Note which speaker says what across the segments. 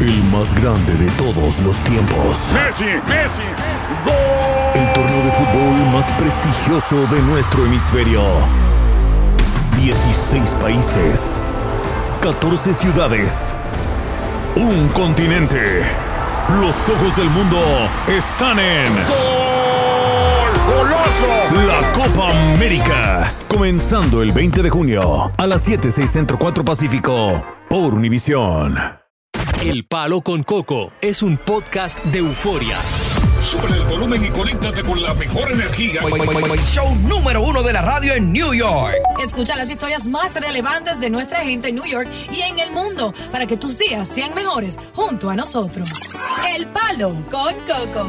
Speaker 1: El más grande de todos los tiempos.
Speaker 2: Messi, Messi, gol.
Speaker 1: El torneo de fútbol más prestigioso de nuestro hemisferio. 16 países. 14 ciudades. Un continente. Los ojos del mundo están en
Speaker 2: Gol, golazo.
Speaker 1: la Copa América. Comenzando el 20 de junio a las 7, 6 Centro 4 Pacífico por Univisión.
Speaker 3: El Palo con Coco es un podcast de euforia.
Speaker 2: Sube el volumen y conéctate con la mejor energía.
Speaker 4: Show número uno de la radio en New York.
Speaker 5: Escucha las historias más relevantes de nuestra gente en New York y en el mundo para que tus días sean mejores junto a nosotros. El Palo con Coco.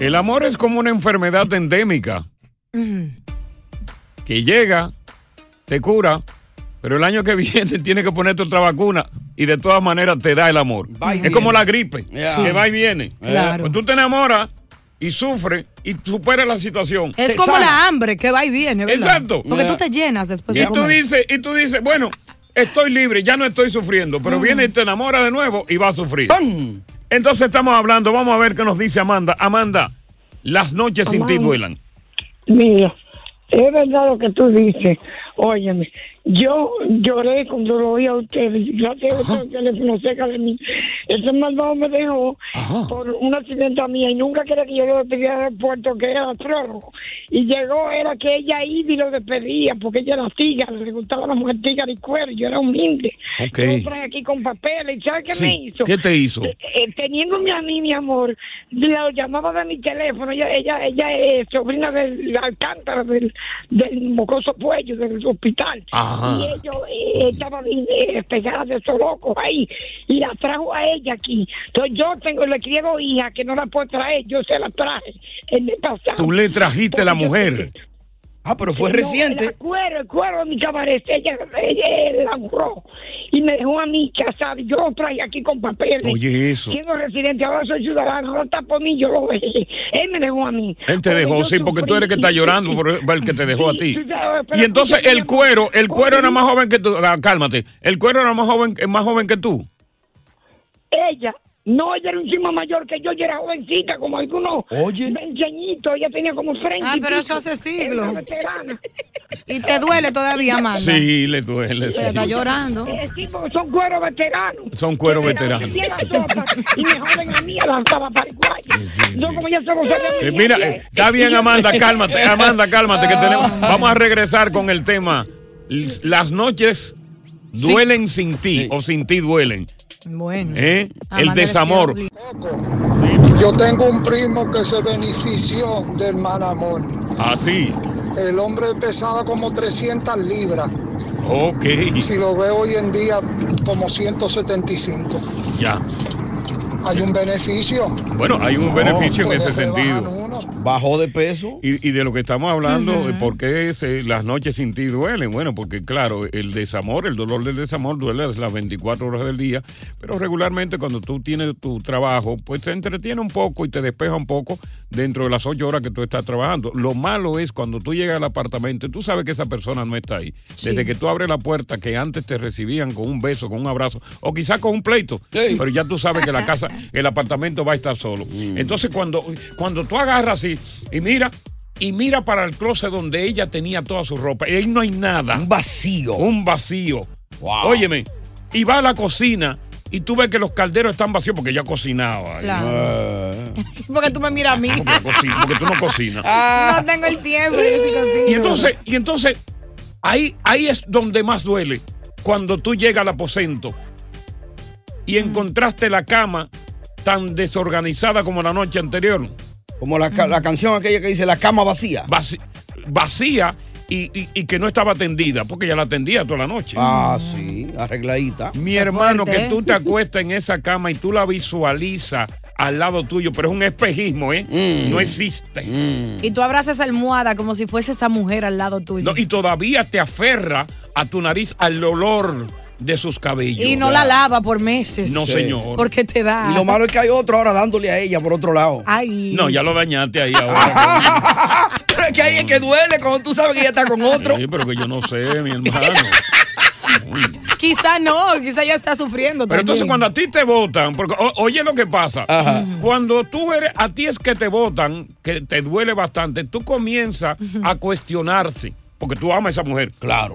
Speaker 2: El amor es como una enfermedad endémica que llega, te cura, pero el año que viene tienes que ponerte otra vacuna y de todas maneras te da el amor.
Speaker 4: Va y
Speaker 2: es
Speaker 4: viene. Eh.
Speaker 2: como la gripe,
Speaker 4: Yeah.
Speaker 2: que va y viene.
Speaker 5: Claro.
Speaker 2: Cuando tú te enamoras y sufres y superas la situación.
Speaker 6: Es
Speaker 4: Te
Speaker 6: como
Speaker 4: sana.
Speaker 6: la Pues hambre que va y viene, ¿verdad?
Speaker 2: Exacto.
Speaker 6: Porque
Speaker 4: Ya.
Speaker 6: tú te llenas después
Speaker 2: Y
Speaker 6: de
Speaker 2: tú
Speaker 6: comer.
Speaker 2: dices, y tú dices, bueno, estoy libre, ya no estoy sufriendo, pero viene y te enamora de nuevo y va a sufrir.
Speaker 4: Mm. ¡Pam!
Speaker 2: Entonces estamos hablando, vamos a ver qué nos dice Amanda. Amanda, las noches sin ti
Speaker 7: Amanda.
Speaker 2: duelan.
Speaker 7: Mira, es verdad lo que tú dices. Óyeme, yo lloré cuando lo oí a ustedes. Gracias a ustedes, el teléfono cerca de mí. Ese malvado me dejó por un accidente a mí y nunca quería que yo lo despidiera del puerto, que era trólogo. Y llegó, era que ella iba y lo despedía, porque ella era tiga, le gustaba la mujer tiga y cuero. Yo era humilde.
Speaker 2: Ok.
Speaker 7: Yo lo traje aquí con papeles. ¿Y ¿Sabes qué
Speaker 2: Sí,
Speaker 7: me hizo?
Speaker 2: ¿qué te hizo?
Speaker 7: Eh, eh, teniéndome a mí, mi amor, la llamaba de mi teléfono, ella, ella, ella es sobrina del Alcántara, del, del mocoso cuello, del hospital.
Speaker 2: Ajá.
Speaker 7: Y ellos eh, estaban eh, pegadas de esos locos ahí, y la trajo a ella aquí. Entonces yo tengo, le quiero hija que no la puedo traer, yo se la traje en el pasado.
Speaker 2: Tú le trajiste a la
Speaker 7: Porque yo-
Speaker 2: mujer.
Speaker 4: Ah, pero fue
Speaker 7: Eh, no,
Speaker 4: reciente.
Speaker 7: El cuero, el cuero de mi cabaret, ella, ella la ahorró. Y me dejó a mí casar. Yo lo traje aquí con papeles.
Speaker 2: Oye, eso.
Speaker 7: Siendo residente, ahora soy ciudadano. Ahora está por mí, yo lo dejé. Él me dejó a mí.
Speaker 2: Él te
Speaker 7: Oye,
Speaker 2: dejó,
Speaker 7: yo
Speaker 2: sí, porque tú
Speaker 7: sufrí.
Speaker 2: eres que está llorando por por el que te dejó a
Speaker 7: Sí,
Speaker 2: ti.
Speaker 7: tú sabes, pero
Speaker 2: Y entonces
Speaker 7: escúchame,
Speaker 2: el cuero, el cuero
Speaker 7: oye,
Speaker 2: era más joven que tú. Ah, Cálmate. El cuero era más joven, eh, más joven que tú.
Speaker 7: Ella. No, ella era un chimo mayor que yo, yo era jovencita, como algunos
Speaker 4: Oye.
Speaker 7: veinteañitos, ella tenía como frente.
Speaker 6: Ah, pero eso hace siglos.
Speaker 7: veterana.
Speaker 6: Y te duele todavía, Amanda.
Speaker 2: Sí, le duele.
Speaker 6: Pero
Speaker 2: sí.
Speaker 6: está llorando.
Speaker 7: Eh, sí, porque son cueros veteranos.
Speaker 2: Son cueros
Speaker 7: Que me
Speaker 2: veteranos.
Speaker 7: dan la sopa Y me joden a mí a la sopa paraguaya. Yo como ya se lo sé de
Speaker 2: Eh,
Speaker 7: mi
Speaker 2: mira, eh,
Speaker 7: niñez.
Speaker 2: está bien, Amanda, cálmate, Amanda, cálmate, que tenemos. Vamos a regresar con el tema. L- Las noches duelen sin ti o sin ti duelen.
Speaker 6: Bueno.
Speaker 2: ¿Eh?
Speaker 6: Amanda
Speaker 2: El desamor.
Speaker 6: les
Speaker 8: Yo tengo un primo que se benefició del mal amor.
Speaker 2: Así.
Speaker 8: El hombre pesaba como 300 libras.
Speaker 2: Ok.
Speaker 8: Si lo veo hoy en día, como 175.
Speaker 2: Ya.
Speaker 8: Hay un beneficio.
Speaker 2: Bueno, hay un beneficio en
Speaker 8: Puede
Speaker 2: ese
Speaker 8: rebajar
Speaker 2: sentido.
Speaker 8: uno.
Speaker 4: Bajó de peso.
Speaker 2: Y, y de lo que estamos hablando, eh, ¿por qué se- las noches sin ti duelen? Bueno, porque claro, el desamor, el dolor del desamor duele las 24 horas del día, pero regularmente cuando tú tienes tu trabajo, pues te entretiene un poco y te despeja un poco dentro de las 8 horas que tú estás trabajando. Lo malo es cuando tú llegas al apartamento y tú sabes que esa persona no está ahí. Desde que tú abres la puerta, que antes te recibían con un beso, con un abrazo, o quizás con un pleito,
Speaker 4: Sí.
Speaker 2: pero ya tú sabes que la casa, el apartamento va a estar solo.
Speaker 4: Mm.
Speaker 2: Entonces cuando, cuando tú agarras así y mira, y mira para el closet donde ella tenía toda su ropa, y ahí no hay nada,
Speaker 4: Un vacío.
Speaker 2: un vacío.
Speaker 4: Wow.
Speaker 2: Óyeme, y va a la cocina y tú ves que los calderos están vacíos porque ella cocinaba.
Speaker 6: Claro.
Speaker 4: Ah.
Speaker 6: Porque tú me miras a mí.
Speaker 2: Porque, la cocina- porque tú no cocinas.
Speaker 6: No tengo el tiempo. yo sí cocino.
Speaker 2: Ah. Y entonces, y entonces ahí, ahí es donde más duele, cuando tú llegas al aposento y
Speaker 4: Mm.
Speaker 2: encontraste la cama tan desorganizada como la noche anterior, Mm.
Speaker 4: Como la, ca- la canción aquella que dice la cama vacía.
Speaker 2: vaci- vacía y, y- y que no estaba tendida, porque ya la tendía toda la noche.
Speaker 4: Ah, sí, arregladita.
Speaker 2: Mi hermano,
Speaker 6: fuerte,
Speaker 2: que
Speaker 6: ¿eh?
Speaker 2: tú te acuestas en esa cama y tú la visualizas al lado tuyo, pero es un espejismo, ¿eh?
Speaker 4: Mm.
Speaker 2: No existe.
Speaker 6: Y tú abrazas esa almohada como si fuese esa mujer al lado tuyo.
Speaker 2: No, y todavía te aferra a tu nariz al olor de sus cabellos.
Speaker 6: Y no la lava por meses.
Speaker 2: No,
Speaker 4: Sí.
Speaker 2: señor.
Speaker 6: Porque te da.
Speaker 4: Y lo malo es que hay otro ahora dándole a ella por otro lado.
Speaker 6: Ay.
Speaker 2: No, ya lo dañaste
Speaker 6: Ah,
Speaker 2: ahí ahora.
Speaker 4: Pero es que ahí es que duele cuando tú sabes que ella está con otro.
Speaker 2: Sí, pero que yo no sé, mi hermano.
Speaker 6: quizá no, quizá ya está sufriendo.
Speaker 2: Pero entonces
Speaker 6: también.
Speaker 2: cuando a ti te votan, porque o- oye lo que pasa, cuando tú eres, a ti es que te votan, que te duele bastante, tú comienzas a cuestionarte, porque tú amas a esa mujer. Claro.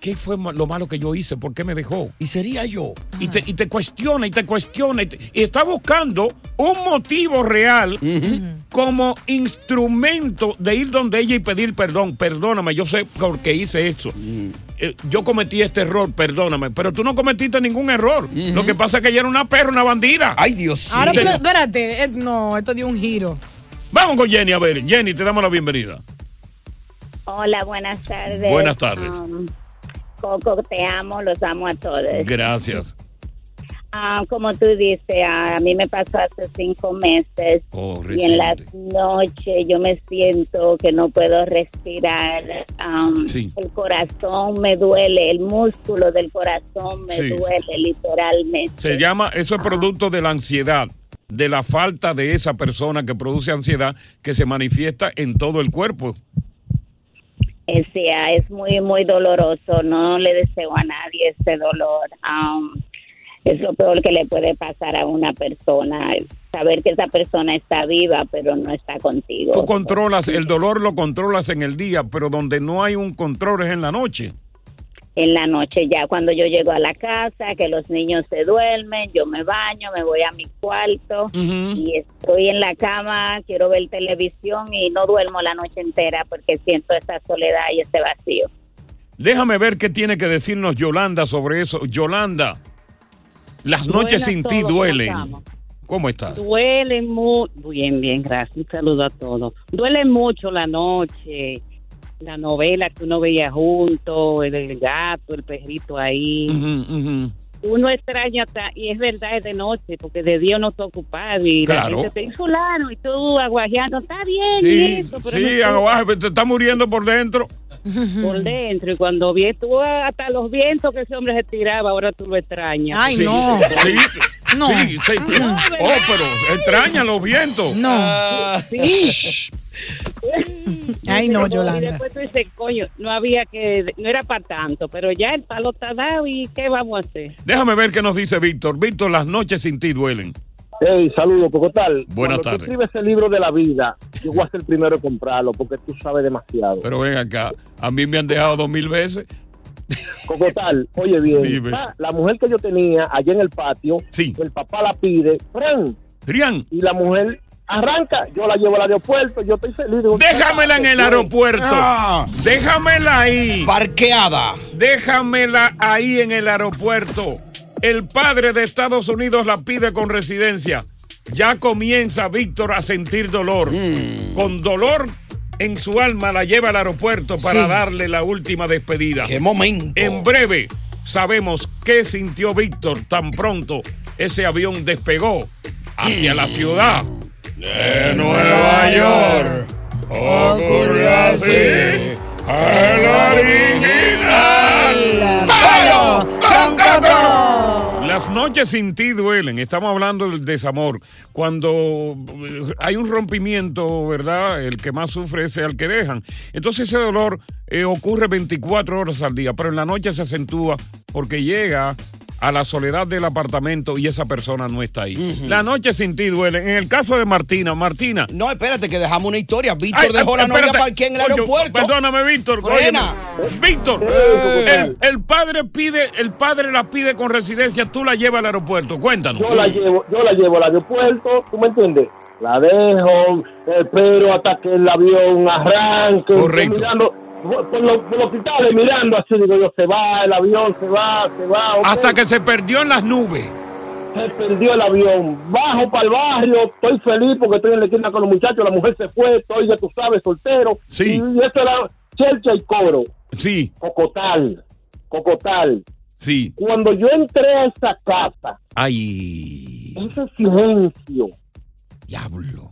Speaker 2: ¿Qué fue ma- lo malo que yo hice? ¿Por qué me dejó?
Speaker 1: Y sería yo.
Speaker 2: Y te, y te cuestiona y te cuestiona y, te- y está buscando un motivo real como instrumento de ir donde ella y pedir perdón. Perdóname, yo sé por qué hice eso. Eh, yo cometí este error, perdóname. Pero tú no cometiste ningún error. Lo que pasa es que ella era una perra, una bandida.
Speaker 1: Ay, Dios.
Speaker 6: Ahora,
Speaker 2: Sí.
Speaker 6: pero espérate, eh, no, esto dio un giro.
Speaker 2: Vamos con Jenny, a ver. Jenny, te damos la bienvenida.
Speaker 9: Hola, buenas tardes.
Speaker 2: Buenas tardes.
Speaker 9: Um, Coco, te amo, los amo a todos.
Speaker 2: Gracias.
Speaker 9: Ah, como tú dices, ah, a mí me pasó hace cinco meses
Speaker 2: Oh,
Speaker 9: y en las
Speaker 2: reciente.
Speaker 9: noches yo me siento que no puedo respirar. Am,
Speaker 2: Sí.
Speaker 9: El corazón me duele, el músculo del corazón me
Speaker 2: Sí.
Speaker 9: duele literalmente.
Speaker 2: Se llama, eso es producto de la ansiedad, de la falta de esa persona que produce ansiedad que se manifiesta en todo el cuerpo.
Speaker 9: Eh, sí, ah, es muy, muy doloroso. No le deseo a nadie este dolor. Am, es lo peor que le puede pasar a una persona. Saber que esa persona está viva, pero no está contigo.
Speaker 2: Tú controlas, el dolor lo controlas en el día, pero donde no hay un control es en la noche.
Speaker 9: En la noche ya, cuando yo llego a la casa, que los niños se duermen, yo me baño, me voy a mi cuarto y estoy en la cama, quiero ver televisión y no duermo la noche entera porque siento esa soledad y ese vacío.
Speaker 2: Déjame ver qué tiene que decirnos Yolanda sobre eso. Yolanda, las noches
Speaker 10: Buenas
Speaker 2: sin
Speaker 10: a
Speaker 2: ti
Speaker 10: todos, ¿cómo
Speaker 2: duelen.
Speaker 10: estamos?
Speaker 2: ¿Cómo estás?
Speaker 10: Duele mucho. Bien, bien, gracias. Un saludo a todos. Duele mucho la noche, la novela que uno veía junto, el, el gato, el perrito ahí.
Speaker 2: Ujú, ujú.
Speaker 10: Uno extraña, ta- y es verdad, es de noche, porque de día uno está ocupado y
Speaker 2: Claro.
Speaker 10: la gente te dice, fulano, y tú aguajeando, está bien, y
Speaker 2: Sí,
Speaker 10: eso, pero no
Speaker 2: sí,
Speaker 10: sé,
Speaker 2: abajo, pero te está muriendo por dentro.
Speaker 10: por dentro. Y cuando vi, tú hasta los vientos que ese hombre se tiraba, ahora tú lo extrañas.
Speaker 6: Ay,
Speaker 2: Sí,
Speaker 6: no.
Speaker 2: Sí,
Speaker 6: No.
Speaker 2: sí, sí. Oh, pero extrañan los vientos.
Speaker 6: No.
Speaker 10: Sí.
Speaker 6: Ay, no,
Speaker 10: Pero, Y
Speaker 6: Yolanda.
Speaker 10: después tú dices, pues, coño, no había que, no era para tanto, pero ya el palo está dado y ¿qué vamos a hacer?
Speaker 2: Déjame ver qué nos dice Víctor. Víctor, las noches sin ti duelen.
Speaker 11: Hey, saludos, Coco Tal.
Speaker 2: Buenas tardes.
Speaker 11: Cuando tú escribes el libro de la vida, yo voy a ser el primero en comprarlo porque tú sabes demasiado.
Speaker 2: Pero ven acá, a mí me han dejado dos mil veces.
Speaker 11: Coco Tal, oye bien,
Speaker 2: Dime.
Speaker 11: ah, la mujer que yo tenía allá en el patio,
Speaker 2: Sí.
Speaker 11: el papá la pide, Fran,
Speaker 2: Rian,
Speaker 11: y la mujer arranca, yo la llevo al aeropuerto, yo estoy feliz. Digo,
Speaker 2: déjamela en el
Speaker 11: "Fran,
Speaker 2: aeropuerto.
Speaker 1: Ah,
Speaker 2: Déjamela ahí.
Speaker 1: parqueada.
Speaker 2: Déjamela ahí en el aeropuerto. El padre de Estados Unidos la pide con residencia. Ya comienza Víctor a sentir dolor.
Speaker 1: Mm.
Speaker 2: Con dolor en su alma la lleva al aeropuerto para
Speaker 6: Sí.
Speaker 2: darle la última despedida.
Speaker 1: Qué momento.
Speaker 2: En breve sabemos qué sintió Víctor tan pronto ese avión despegó hacia la ciudad de Nueva York. Ocurrió así el original. Las noches sin ti duelen. Estamos hablando del desamor. Cuando eh, hay un rompimiento, ¿verdad? El que más sufre es el que dejan. Entonces ese dolor eh, ocurre 24 horas al día, pero en la noche se acentúa porque llega a la soledad del apartamento y esa persona no está ahí. La noche sin ti duele. En el caso de Martina, Martina.
Speaker 1: No, espérate, que dejamos una historia. Víctor
Speaker 2: Ay,
Speaker 1: dejó la novia
Speaker 2: espérate.
Speaker 1: parqueada en el
Speaker 2: Coño,
Speaker 1: aeropuerto.
Speaker 2: Perdóname, Víctor.
Speaker 1: Frena.
Speaker 2: óyeme.
Speaker 11: Eh,
Speaker 2: Víctor, el, el padre pide, el padre la pide con residencia, tú la llevas al aeropuerto. Cuéntanos.
Speaker 11: Yo la llevo, yo la llevo al aeropuerto, ¿tú me entiendes? La dejo, espero hasta que el avión arranque.
Speaker 2: Correcto.
Speaker 11: Estoy Mirando, por, los, por los hospitales mirando así, digo yo, se va, el avión se va, se va. ok.
Speaker 2: Hasta que se perdió en las nubes.
Speaker 11: Se perdió el avión. Bajo para el barrio, estoy feliz porque estoy en la esquina con los muchachos, la mujer se fue, estoy, ya tú sabes, soltero.
Speaker 2: Sí.
Speaker 11: Y eso era chelcha y coro,
Speaker 2: Sí,
Speaker 11: cocotal, cocotal.
Speaker 2: sí.
Speaker 11: Cuando yo entré a esa casa,
Speaker 2: Ay,
Speaker 11: ese silencio,
Speaker 2: diablo.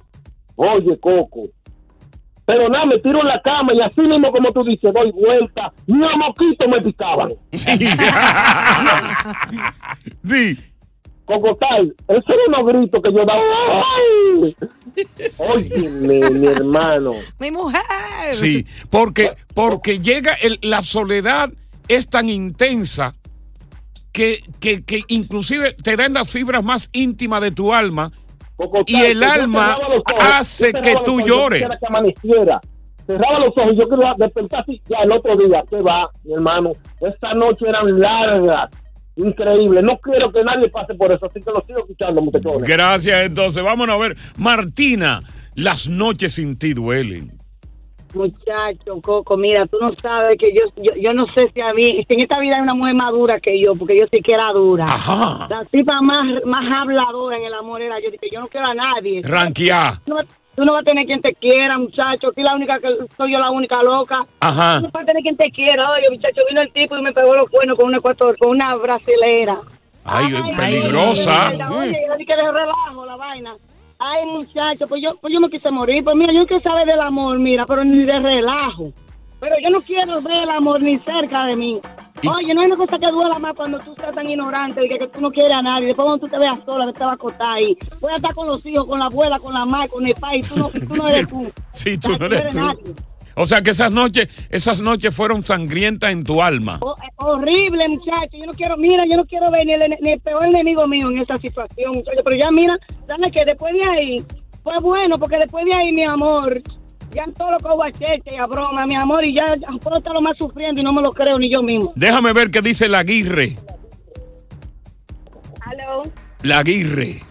Speaker 11: Oye, Coco. Pero nada, me tiro en la cama y así mismo como tú dices, doy vuelta. Ni a moquito me picaban.
Speaker 2: Sí. sí.
Speaker 11: Coco tal, eso era unos gritos que yo daba. ¡Ay! Óyeme, mi hermano.
Speaker 6: Mi mujer.
Speaker 2: Sí, porque, porque llega el- la soledad es tan intensa que, que, que inclusive te dan las fibras más íntimas de tu alma y el alma hace que tú llores.
Speaker 11: Que amaneciera. Cerraba los ojos, yo quería despertar así, ya el otro día, que va, mi hermano, esta noche eran largas, increíble, no quiero que nadie pase por eso, así que lo sigo escuchando, muchachones.
Speaker 2: Gracias, entonces. Vámonos a ver. Martina, las noches sin ti duelen.
Speaker 12: Muchacho, Coco, mira, tú no sabes que yo, yo, yo no sé si a mí, si en esta vida hay una mujer más dura que yo, porque yo sí que era dura.
Speaker 2: Ajá.
Speaker 12: La tipa más, más habladora en el amor era yo, dije, yo no quiero a nadie.
Speaker 2: Ranqueá.
Speaker 12: Tú no, vas- tú no vas a tener quien te quiera, muchacho, aquí la única que soy yo la única loca.
Speaker 2: Ajá.
Speaker 12: Tú no vas a tener quien te quiera, oye, muchacho, vino el tipo y me pegó los cuernos con una, ecuator- con una brasilera.
Speaker 2: Ay,
Speaker 12: Ay,
Speaker 2: peligrosa.
Speaker 12: mira, Oye, yo dije, "Le relajo la vaina. Ay, muchacho, pues yo, pues yo me quise morir. Pues mira, yo no quiero saber del amor, mira, pero ni de relajo. Pero yo no quiero ver el amor ni cerca de mí. Oye, no hay una cosa que duela más cuando tú seas tan ignorante de que, que tú no quieres a nadie. Después cuando tú te veas sola, te vas a acostar ahí. Voy a estar con los hijos, con la abuela, con la madre, con el país. Tú no, tú no eres tú.
Speaker 2: Sí, tú no
Speaker 12: No
Speaker 2: eres
Speaker 12: eres
Speaker 2: tú.
Speaker 12: nadie.
Speaker 2: O sea que esas noches, esas noches fueron sangrientas en tu alma.
Speaker 12: Ho- Oh, horrible, muchacho. Yo no quiero, mira, yo no quiero ver ni el, ene- ni el peor enemigo mío en esa situación, muchacho. Pero ya, mira, dale que después de ahí fue bueno, porque después de ahí, mi amor, ya todo lo cojo a chiste y a broma, mi amor, y ya, ya puedo estarlo más sufriendo y no me lo creo ni yo mismo.
Speaker 2: Déjame ver qué dice la Aguirre.
Speaker 13: Aló.
Speaker 2: La Aguirre.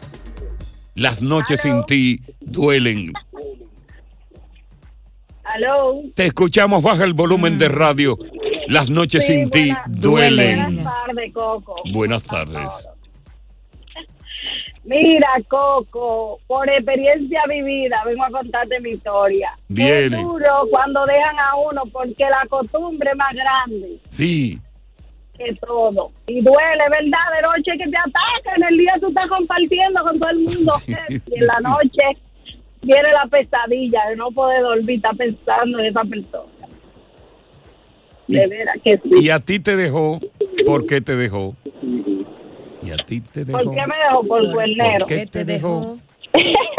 Speaker 2: Las noches sin ti duelen.
Speaker 13: Aló.
Speaker 2: Te escuchamos, baja el volumen de radio. Las noches
Speaker 13: Mm. Sí,
Speaker 2: sin ti
Speaker 13: buena-
Speaker 2: duelen.
Speaker 13: Buenas tardes, Coco.
Speaker 2: Buenas tardes.
Speaker 13: Mira, Coco, por experiencia vivida, vengo a contarte mi historia.
Speaker 2: Bien.
Speaker 13: Es duro cuando dejan a uno porque la costumbre es más grande
Speaker 2: Sí.
Speaker 13: que todo. Y duele, ¿verdad? De noche que te atacan, el día tú estás compartiendo con todo el mundo. Y en la noche viene la pesadilla de no poder dormir, está pensando en esa persona. De veras que sí.
Speaker 2: Y a ti te dejó. ¿Por qué te dejó? Y a ti te dejó.
Speaker 13: ¿Por qué me dejó por cuernero?
Speaker 2: ¿Por qué te dejó?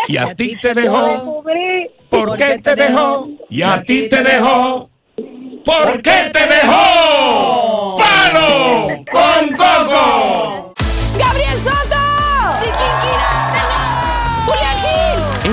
Speaker 2: Y a ti te dejó.
Speaker 13: Descubrí
Speaker 2: ¿Por qué te dejó? Y a ti te dejó. ¿Por qué te dejó? ¡Palo con coco!
Speaker 14: ¡Gabriel Soto! ¡Julián Gil!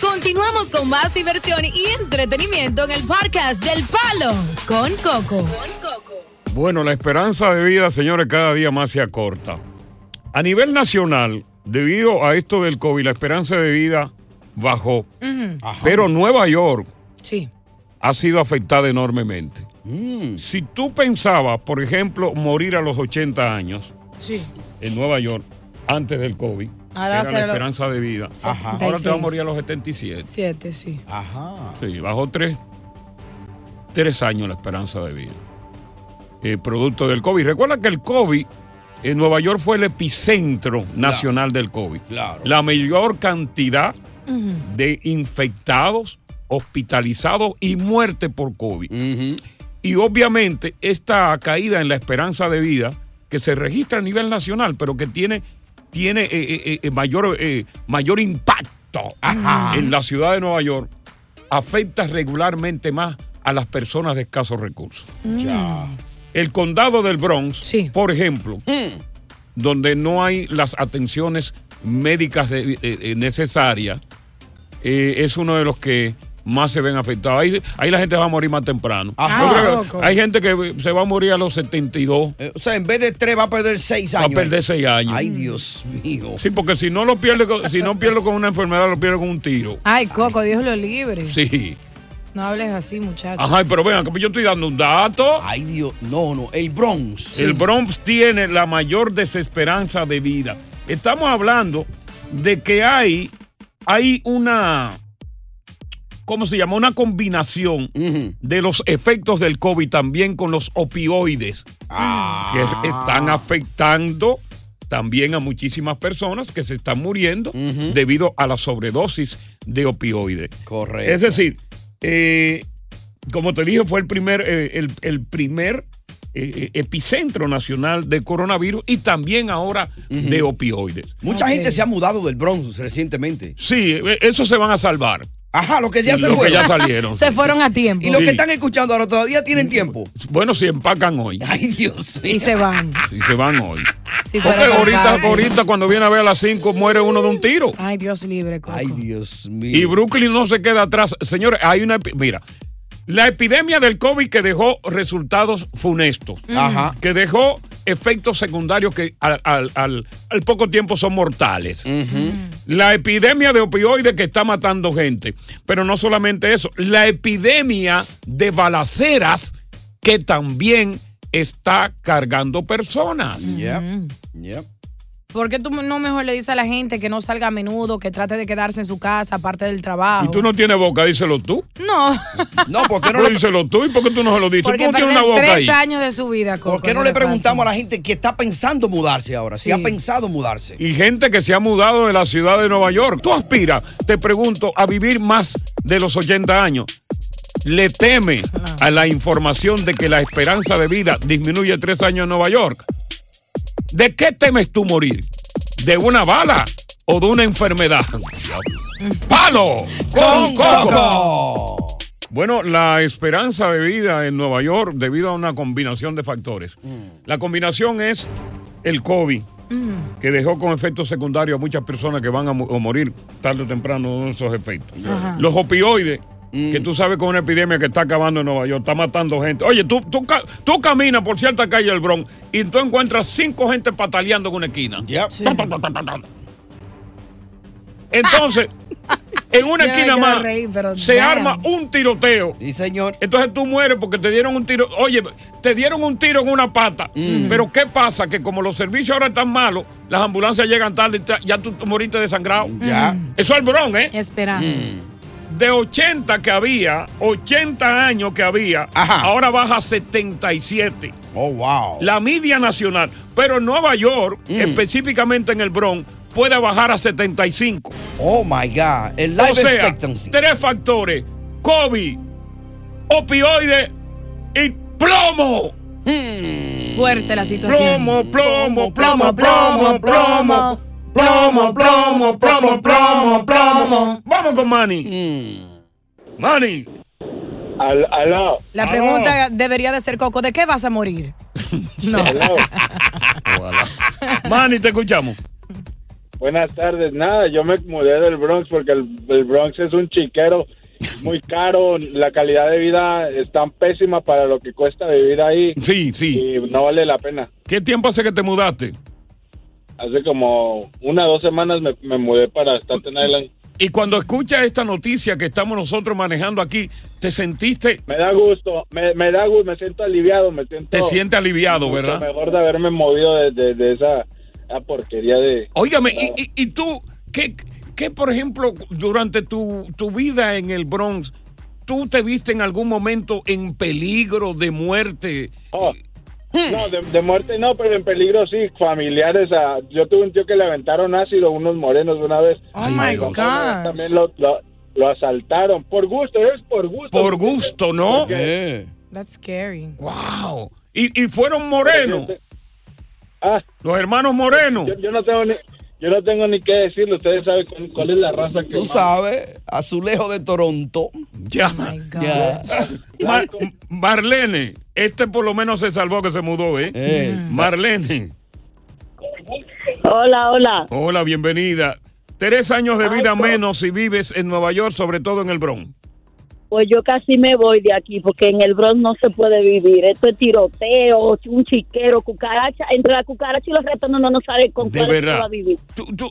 Speaker 5: Continuamos con más diversión y entretenimiento en el podcast del Palo con Coco.
Speaker 2: Bueno, la esperanza de vida, señores, cada día más se acorta. A nivel nacional, debido a esto del COVID, la esperanza de vida bajó. Pero Nueva York
Speaker 5: Sí.
Speaker 2: ha sido afectada enormemente. Si tú pensabas, por ejemplo, morir a los 80 años
Speaker 5: Sí.
Speaker 2: en Nueva York antes del COVID,
Speaker 5: Ahora
Speaker 2: era
Speaker 5: será
Speaker 2: la
Speaker 5: lo-
Speaker 2: esperanza de vida.
Speaker 5: Ajá.
Speaker 2: Ahora te vas a
Speaker 5: 76.
Speaker 2: morir a los 77.
Speaker 5: Siete, sí.
Speaker 2: Ajá. Ah. Sí, bajó tres, tres años la esperanza de vida. Eh, producto del COVID. Recuerda que el COVID en Nueva York fue el epicentro nacional del COVID. La mayor cantidad de infectados, hospitalizados y muerte por COVID. Y obviamente esta caída en la esperanza de vida que se registra a nivel nacional, pero que tiene, tiene eh, eh, eh, mayor, eh, mayor impacto
Speaker 15: Ajá.
Speaker 2: en la ciudad de Nueva York, afecta regularmente más a las personas de escasos recursos.
Speaker 15: Ya.
Speaker 2: El condado del Bronx, por ejemplo,
Speaker 1: Mm.
Speaker 2: donde no hay las atenciones médicas de- eh, eh, necesarias, eh, es uno de los que más se ven afectados. Ahí, ahí la gente va a morir más temprano.
Speaker 1: Ajá.
Speaker 2: Yo creo que
Speaker 1: Ah, loco.
Speaker 2: hay gente que se va a morir a los 72.
Speaker 1: Eh, O sea, en vez de tres va a perder seis años.
Speaker 2: Va a perder seis años.
Speaker 1: Ay, Dios mío.
Speaker 2: Sí, porque si no lo pierde, con- si no pierdo con una enfermedad, lo pierdo con un tiro.
Speaker 6: Ay, Coco, Dios lo libre.
Speaker 2: Sí.
Speaker 6: No hables así, muchacho.
Speaker 2: Ajá, pero vean, yo estoy dando un dato.
Speaker 1: Ay, Dios, no, no, el Bronx.
Speaker 2: El Bronx tiene la mayor desesperanza de vida. Estamos hablando de que hay, hay una, ¿cómo se llama? Una combinación de los efectos del
Speaker 1: Ah.
Speaker 2: COVID también con los opioides que están afectando también a muchísimas personas que se están muriendo debido a la sobredosis de opioides.
Speaker 1: Correcto.
Speaker 2: Es decir, eh, como te dije, fue el primer, eh, el, el primer eh, eh, epicentro nacional de coronavirus y también ahora de opioides.
Speaker 1: Mucha gente se ha mudado del Bronx recientemente.
Speaker 2: Sí, eh, esos se van a salvar.
Speaker 1: Ajá, los que ya se
Speaker 2: Los que
Speaker 1: fueron.
Speaker 2: ya salieron.
Speaker 6: Se fueron a tiempo.
Speaker 1: Y los
Speaker 2: Sí.
Speaker 1: que están escuchando ahora todavía tienen tiempo.
Speaker 2: Bueno, si empacan hoy.
Speaker 1: Ay, Dios mío.
Speaker 6: Y se van.
Speaker 2: Si se van hoy.
Speaker 6: Si
Speaker 2: Porque
Speaker 6: fuera tan
Speaker 2: ahorita,
Speaker 6: fácil.
Speaker 2: ahorita cuando viene a ver a las 5 muere uno de un tiro.
Speaker 6: Ay, Dios libre, Coco.
Speaker 1: Ay, Dios mío.
Speaker 2: Y Brooklyn no se queda atrás. Señores, hay una. epi- Mira, la epidemia del COVID que dejó resultados funestos,
Speaker 6: Mm.
Speaker 1: Ujú. Ajá.
Speaker 2: que dejó efectos secundarios que al, al- al- al poco tiempo son mortales.
Speaker 6: Mm.
Speaker 2: La epidemia de opioides que está matando gente. Pero no solamente eso, la epidemia de balaceras que también está cargando personas.
Speaker 6: Mm. ¿Por qué tú no mejor le dices a la gente que no salga a menudo, que trate de quedarse en su casa, aparte del trabajo?
Speaker 2: Y tú no tienes boca, díselo tú.
Speaker 6: No,
Speaker 1: No, ¿por qué no
Speaker 2: Pero
Speaker 1: le,
Speaker 2: díselo tú y por qué tú no se lo dices.
Speaker 6: porque
Speaker 2: tú no
Speaker 6: perder
Speaker 2: tienes una boca
Speaker 6: tres
Speaker 2: ahí.
Speaker 6: años de su vida, Coco.
Speaker 1: por qué no le preguntamos a la gente que está pensando mudarse ahora? Si
Speaker 6: Sí.
Speaker 1: ha pensado mudarse.
Speaker 2: y gente que se ha mudado de la ciudad de Nueva York. Tú aspiras, te pregunto, a vivir más de los 80 años. Le teme a la información de que la esperanza de vida disminuye tres años en Nueva York. ¿De qué temes tú morir? ¿De una bala o de una enfermedad? ¡Palo! ¡Con coco! Bueno, la esperanza de vida en Nueva York debido a una combinación de factores. La combinación es el COVID, que dejó con efectos secundarios a muchas personas que van a mo- o morir tarde o temprano de esos efectos.
Speaker 15: Ajá.
Speaker 2: Los opioides, que tú sabes que es una epidemia que está acabando en Nueva York, está matando gente. Oye, tú, tú, ca- tú caminas por cierta calle del Bronx y tú encuentras cinco gente pataleando en una esquina. Ta, ta, ta, ta, ta, ta. Entonces, en una
Speaker 6: Yo me
Speaker 2: esquina
Speaker 6: quiero
Speaker 2: más
Speaker 6: reír, pero
Speaker 2: se
Speaker 6: damn.
Speaker 2: arma un tiroteo.
Speaker 1: Sí, señor.
Speaker 2: Entonces tú mueres porque te dieron un tiro. Oye, te dieron un tiro en una pata.
Speaker 1: Mm.
Speaker 2: Pero ¿qué pasa? Que como los servicios ahora están malos, las ambulancias llegan tarde y ta- ya tú moriste desangrado.
Speaker 6: Mm.
Speaker 1: Ya.
Speaker 2: Eso es el bron, ¿eh? Mm.
Speaker 6: Esperando.
Speaker 2: De 80 que había, 80 años que había, ahora baja a 77.
Speaker 1: Oh, wow. Mm.
Speaker 2: La media nacional. Pero en Nueva York, específicamente en el Bronx, puede bajar a 75.
Speaker 1: Oh, my God. El life
Speaker 2: o sea,
Speaker 1: expectancy.
Speaker 2: tres factores. COVID, opioides y plomo.
Speaker 1: Hmm.
Speaker 6: Fuerte la situación.
Speaker 2: Plomo, plomo, plomo,
Speaker 6: plomo,
Speaker 2: plomo, plomo. Plomo, plomo, plomo, plomo, plomo. Vamos con Manny. Manny.
Speaker 15: Aló.
Speaker 6: La pregunta debería de ser, Coco, ¿de qué vas a morir? No.
Speaker 2: Manny, te escuchamos.
Speaker 15: Buenas tardes. Nada, yo me mudé del Bronx porque el, el Bronx es un chiquero muy caro. La calidad de vida es tan pésima para lo que cuesta vivir ahí.
Speaker 2: Sí, sí.
Speaker 15: Y no vale la pena.
Speaker 2: ¿Qué tiempo hace que te mudaste?
Speaker 15: Hace como una o dos semanas me, me mudé para Staten Island.
Speaker 2: Y cuando escuchas esta noticia que estamos nosotros manejando aquí, ¿te sentiste?
Speaker 15: Me da gusto, me, me da gusto, me siento aliviado, me siento...
Speaker 2: Te sientes aliviado,
Speaker 15: mucho
Speaker 2: ¿verdad?
Speaker 15: Mejor de haberme movido de, de- de esa, esa porquería de... Ah.
Speaker 2: Óigame, y, y- y tú, ¿qué, qué, por ejemplo, durante tu, tu vida en el Bronx, tú te viste en algún momento en peligro de muerte?
Speaker 15: Oh, No, de, de muerte no, pero en peligro sí, familiares. ah, yo tuve un tío que le aventaron ácido, unos morenos una vez.
Speaker 6: Oh, my God.
Speaker 15: También lo, lo- lo asaltaron, por gusto, es por gusto.
Speaker 2: Por gusto, ¿no?
Speaker 15: Porque-
Speaker 6: That's scary.
Speaker 2: ¡Wow! Y, y fueron morenos. Los hermanos morenos.
Speaker 15: ah. Yo, yo no tengo ni... Yo no tengo ni qué decirlo, ustedes saben cuál, cuál es la raza que...
Speaker 1: Tú sabes, azulejo de Toronto.
Speaker 2: Ya.
Speaker 1: Ya.
Speaker 2: Eh, Mar- Marlene, este por lo menos se salvó que se mudó, ¿eh? Marlene,
Speaker 16: Hola, hola.
Speaker 2: hola, bienvenida. Tres años de vida menos si vives en Nueva York, sobre todo en el Bronx.
Speaker 16: Pues yo casi me voy de aquí porque en el Bronx no se puede vivir. Esto es tiroteo, un chiquero, cucaracha. Entre la cucaracha y los ratones no nos sabe con
Speaker 2: De
Speaker 16: cuál
Speaker 2: verdad.
Speaker 16: se va a vivir.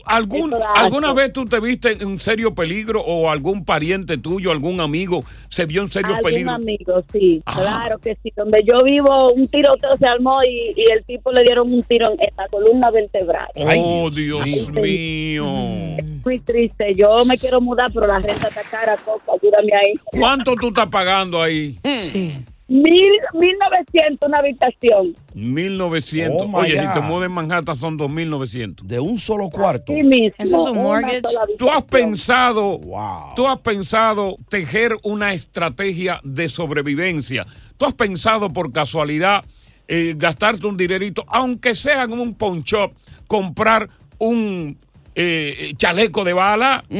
Speaker 2: ¿Algún,
Speaker 16: Eso da
Speaker 2: ¿Alguna
Speaker 16: asco.
Speaker 2: vez tú te viste en serio peligro o algún pariente tuyo, algún amigo se vio en serio
Speaker 16: Algún
Speaker 2: peligro? Ah.
Speaker 16: amigo, sí, claro que sí. Donde yo vivo, un tiroteo se armó y, y el tipo le dieron un tiro en la columna vertebral.
Speaker 2: Oh, Dios, mío.
Speaker 16: Muy triste. Yo me quiero mudar, pero la renta está cara, Coco, ayúdame ahí.
Speaker 2: ¿Cuánto tú estás pagando ahí?
Speaker 16: Sí.
Speaker 13: Mil, 1900 una habitación.
Speaker 2: 1900.
Speaker 13: Oh, my
Speaker 2: Oye, si
Speaker 13: God.
Speaker 2: te mudas en Manhattan son 2900.
Speaker 4: De un solo cuarto.
Speaker 13: Sí mismo.
Speaker 6: Eso es un
Speaker 13: una
Speaker 6: mortgage.
Speaker 13: sola habitación.
Speaker 2: ¿Tú has pensado, tú has pensado tejer una estrategia de sobrevivencia? ¿Tú has pensado por casualidad eh, gastarte un dinerito, aunque sea en un pawn shop, comprar un eh, chaleco de bala?
Speaker 4: Mm.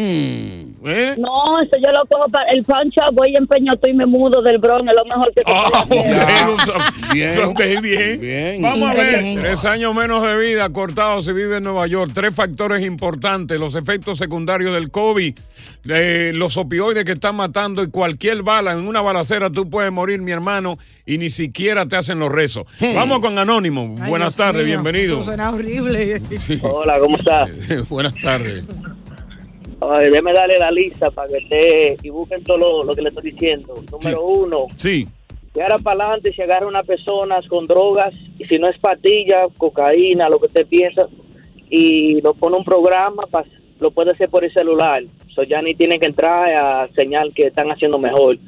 Speaker 2: ¿Eh?
Speaker 13: No, eso yo lo cojo para el pancho, voy en Peñoto y me mudo del Bronx, es lo mejor que te puede hacer.
Speaker 2: Bien. bien. Vamos a ver,
Speaker 13: Inteligente.
Speaker 2: tres años menos de vida, cortado si vive en Nueva York. Tres factores importantes, los efectos secundarios del COVID, eh, los opioides que están matando y cualquier bala, en una balacera tú puedes morir, mi hermano, y ni siquiera te hacen los rezos. Mm. Vamos con Anónimo.
Speaker 6: Hmm. Ay,
Speaker 2: Buenas
Speaker 6: Dios
Speaker 2: tardes,
Speaker 6: mío,
Speaker 2: bienvenido.
Speaker 6: Eso suena horrible.
Speaker 17: Hola, ¿cómo estás?
Speaker 2: Buenas tardes.
Speaker 17: Ay, déjame darle la lista para que esté y busquen todo lo, lo que le estoy diciendo. Número uno,
Speaker 2: Sí.
Speaker 17: de ahora para adelante se agarra una persona con drogas y si no es patilla, cocaína, lo que usted piensa, y lo pone un programa, pa- lo puede hacer por el celular. So ya ni tienen que entrar a señal que están haciendo mejor.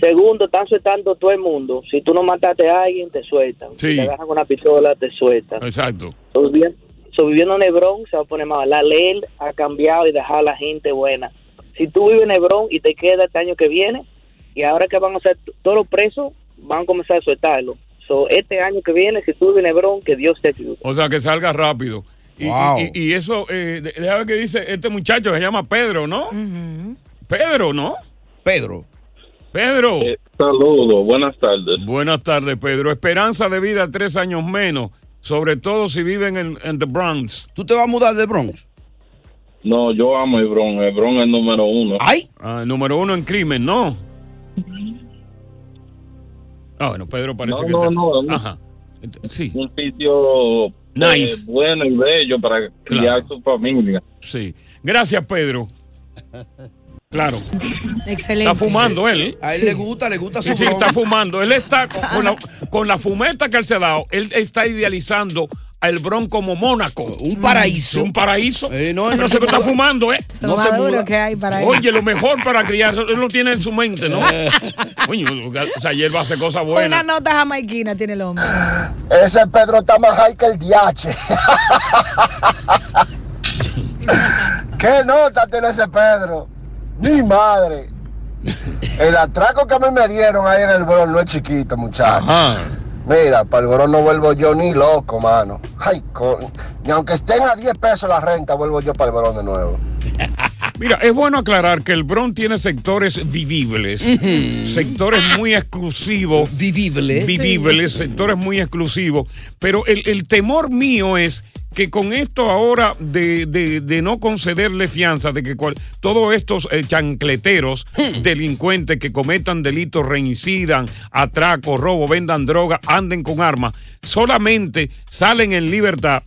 Speaker 17: Segundo, están sueltando todo el mundo. Si tú no mataste a alguien, te sueltan.
Speaker 2: Sí.
Speaker 17: Si te agarran con una pistola, te sueltan.
Speaker 2: Exacto.
Speaker 17: So, viviendo, so, viviendo en Hebrón se va a poner más. La ley ha cambiado y dejar a la gente buena. Si tú vives en Hebrón y te quedas este año que viene, y ahora que van a ser todos los presos, van a comenzar a soltarlo. So, este año que viene, si tú vives en Hebrón, que Dios te ayude.
Speaker 2: O sea, que salga rápido. Y,
Speaker 17: Wow.
Speaker 2: y- y- y eso, eh, de- deja ver qué dice este muchacho, se llama Pedro, ¿no? Pedro, ¿no? Pedro. Pedro.
Speaker 17: Eh,
Speaker 15: Saludos, buenas tardes.
Speaker 2: Buenas tardes, Pedro. Esperanza de vida tres años menos, sobre todo si viven en, en The Bronx.
Speaker 4: ¿Tú te vas a mudar de Bronx?
Speaker 15: No, yo amo Hebrón. Hebrón es número uno.
Speaker 4: ¡Ay!
Speaker 2: Ah, número uno en crimen, ¿no? Ah, bueno, Pedro parece
Speaker 15: No,
Speaker 2: que...
Speaker 15: no,
Speaker 2: está-
Speaker 15: no, no.
Speaker 2: Ajá. Ent- Sí.
Speaker 15: Un sitio
Speaker 2: Nice.
Speaker 15: eh, bueno y bello para criar su familia.
Speaker 2: Sí. Gracias, Pedro. Claro.
Speaker 6: Excelente.
Speaker 2: Está fumando él.
Speaker 4: A él le gusta, le gusta su
Speaker 2: Sí, sí,
Speaker 4: bronca.
Speaker 2: está Ah. fumando. Él está con- con la, con la fumeta que él se ha dado. Él está idealizando al Bron como Mónaco. Un
Speaker 4: paraíso.
Speaker 2: Un paraíso. no,
Speaker 4: él no
Speaker 2: no
Speaker 4: se
Speaker 2: sé qué está
Speaker 4: muda.
Speaker 2: fumando, ¿eh?
Speaker 6: Eso es lo más duro que hay para él.
Speaker 2: Oye, lo mejor para criar, él lo tiene en su mente, ¿no? Oye, o sea, ayer va a hacer cosas
Speaker 6: Una
Speaker 2: buenas.
Speaker 6: nota jamaiquina tiene el hombre.
Speaker 18: Ese Pedro está más high que el diache. ¿Qué nota tiene ese Pedro? Mi madre. El atraco que a mí me dieron ahí en el Bron no es chiquito, muchachos. Mira, para el Bron no vuelvo yo ni loco, mano. Ay, co- Ni aunque estén a 10 pesos la renta, vuelvo yo para el Bron de nuevo.
Speaker 2: Mira, es bueno aclarar que el Bron tiene sectores vivibles, sectores muy exclusivos. Vivibles. Vivibles, sectores muy exclusivos. Pero el, el temor mío es que con esto ahora de, de- de no concederle fianza, de que cual- todos estos eh, chancleteros, delincuentes que cometan delitos, reincidan, atracos, robo, vendan droga, anden con armas, solamente salen en libertad.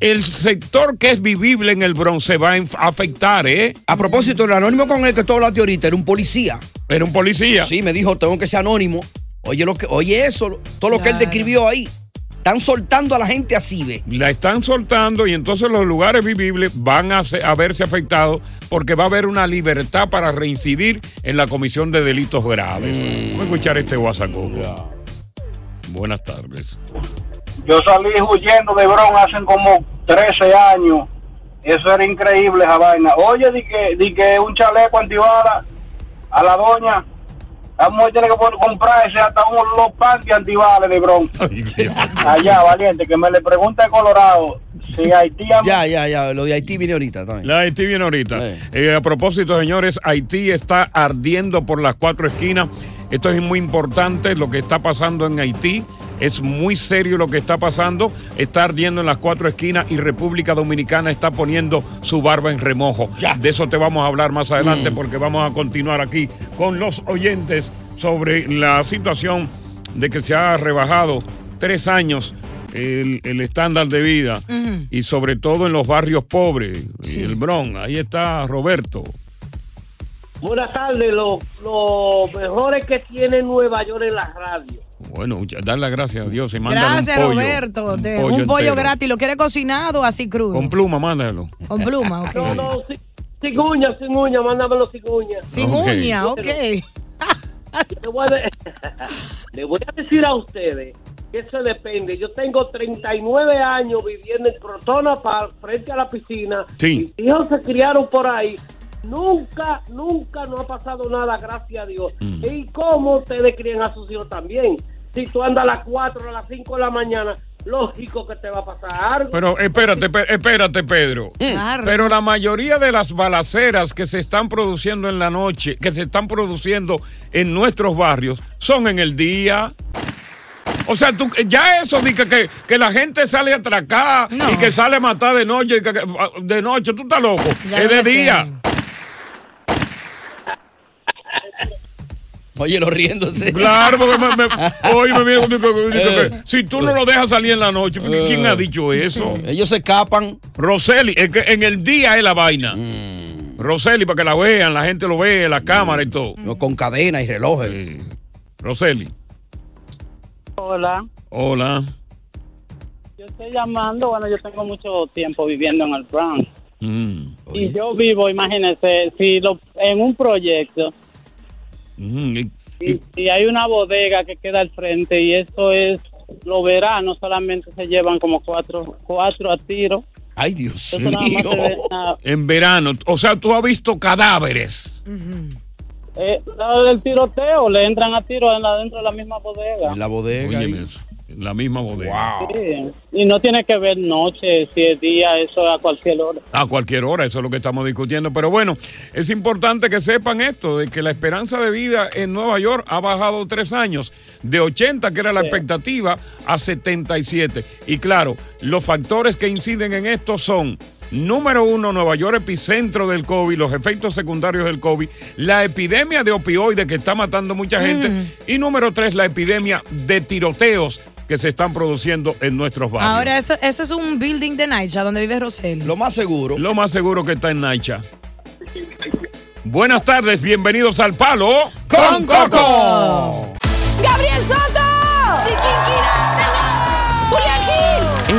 Speaker 2: El sector que es vivible en el Bronx se va a inf- afectar, ¿eh?
Speaker 4: A propósito, el anónimo con el que tú hablaste ahorita era un policía.
Speaker 2: Era un policía.
Speaker 4: Sí, me dijo, tengo que ser anónimo. Oye, lo que, oye eso, lo- todo lo que él
Speaker 2: Claro.
Speaker 4: describió ahí. Están soltando a la gente así, ve.
Speaker 2: La están soltando y entonces los lugares vivibles van a, se- a verse afectados porque va a haber una libertad para reincidir en la comisión de delitos graves. Vamos a escuchar este WhatsApp. Buenas tardes.
Speaker 19: Yo salí huyendo de Bron hace como 13 años. Eso era increíble esa vaina. Oye, di que, di que un chaleco antibala a la doña. La mujer tiene que pon- comprarse hasta un los panties antibales de Bron. Allá, valiente, que me le pregunte a Colorado si Haití... am-
Speaker 4: Ya, ya, ya. Lo de Haití viene ahorita también.
Speaker 2: La Haití viene ahorita. Eh, a propósito, señores, Haití está ardiendo por las cuatro esquinas. Esto es muy importante, lo que está pasando en Haití. Es muy serio lo que está pasando. Está ardiendo en las cuatro esquinas y República Dominicana está poniendo su barba en remojo. De eso te vamos a hablar más adelante porque vamos a continuar aquí con los oyentes sobre la situación de que se ha rebajado tres años el, el estándar de vida y sobre todo en los barrios pobres, y el Bron. Ahí está Roberto.
Speaker 20: Buenas tardes, los los mejores que tiene Nueva York en la radio.
Speaker 2: Bueno, ya- dar las gracias a Dios y mándale
Speaker 6: Gracias,
Speaker 2: un pollo.
Speaker 6: Roberto. Te- Un
Speaker 2: pollo
Speaker 6: pollo,
Speaker 2: entero.
Speaker 6: gratis. ¿Lo quiere cocinado o así crudo?
Speaker 2: Con pluma, mándalo.
Speaker 6: Con pluma, ok.
Speaker 20: No, no, ci- ciguña, ciguña, mándamelo ciguña.
Speaker 6: Sin uña, ok.
Speaker 20: le, voy a de- le voy a decir a ustedes que eso depende. Yo tengo 39 años viviendo en Crotona para frente a la piscina.
Speaker 2: Sí.
Speaker 20: Mis hijos se criaron por ahí. Nunca, nunca no ha pasado nada, gracias a Dios. ¿Y cómo ustedes crían a sus hijos también? Si tú andas a las 4, a las 5 de la mañana, lógico que te va a pasar algo.
Speaker 2: Pero espérate, pe- espérate, Pedro.
Speaker 6: Ah,
Speaker 20: Claro.
Speaker 2: Pero la mayoría de las balaceras que se están produciendo en la noche, que se están produciendo en nuestros barrios, son en el día. O sea, tú, ya eso de que, que, que la gente sale a atracar y que sale a matar de noche, y que- que- de noche, tú estás loco.
Speaker 4: Ya
Speaker 2: es
Speaker 4: no
Speaker 2: de
Speaker 4: la
Speaker 2: día.
Speaker 4: Oye, lo riéndose. Eh.
Speaker 2: Claro, porque me, me- oye, me viene conmigo, conmigo, que si tú no lo dejas salir en la noche, porque ¿quién ha dicho eso?
Speaker 4: Ellos se escapan.
Speaker 2: Roseli, es que en el día es la vaina.
Speaker 4: Mm.
Speaker 2: Roseli, para que la vean, la gente lo ve, la cámara y todo.
Speaker 4: con cadena y relojes.
Speaker 2: Roseli,
Speaker 21: Hola,
Speaker 2: hola.
Speaker 21: yo estoy llamando, bueno, yo tengo mucho tiempo viviendo en el Bronx
Speaker 2: Mm,
Speaker 21: y yo vivo, imagínense, si lo, en un proyecto
Speaker 2: mm, y-
Speaker 21: y, y hay una bodega que queda al frente y eso es lo verano, solamente se llevan como cuatro, cuatro a tiro.
Speaker 4: Ay, Dios
Speaker 21: Eso nada más se ve, nada-
Speaker 2: en verano, o sea, tú has visto cadáveres.
Speaker 21: eh, lo del tiroteo, le entran a tiro en la, dentro de la misma bodega.
Speaker 4: la bodega.
Speaker 2: en la misma bodega.
Speaker 21: Sí, Y no tiene que ver noche, si es día, eso a cualquier hora.
Speaker 2: A cualquier hora, eso es lo que estamos discutiendo. Pero bueno, es importante que sepan esto, de que la esperanza de vida en Nueva York ha bajado tres años, de 80, que era la expectativa, a 77. Y claro, los factores que inciden en esto son, número uno, Nueva York, epicentro del COVID, los efectos secundarios del COVID, la epidemia de opioides que está matando mucha gente, y número tres, la epidemia de tiroteos que se están produciendo en nuestros barrios.
Speaker 6: Ahora, eso, eso es un building de Naicha, donde vive Rosel.
Speaker 4: Lo más seguro.
Speaker 2: Lo más seguro que está en Naicha. Buenas tardes, bienvenidos al Palo
Speaker 4: con Coco.
Speaker 14: ¡Gabriel Soto! ¡Julián Gil!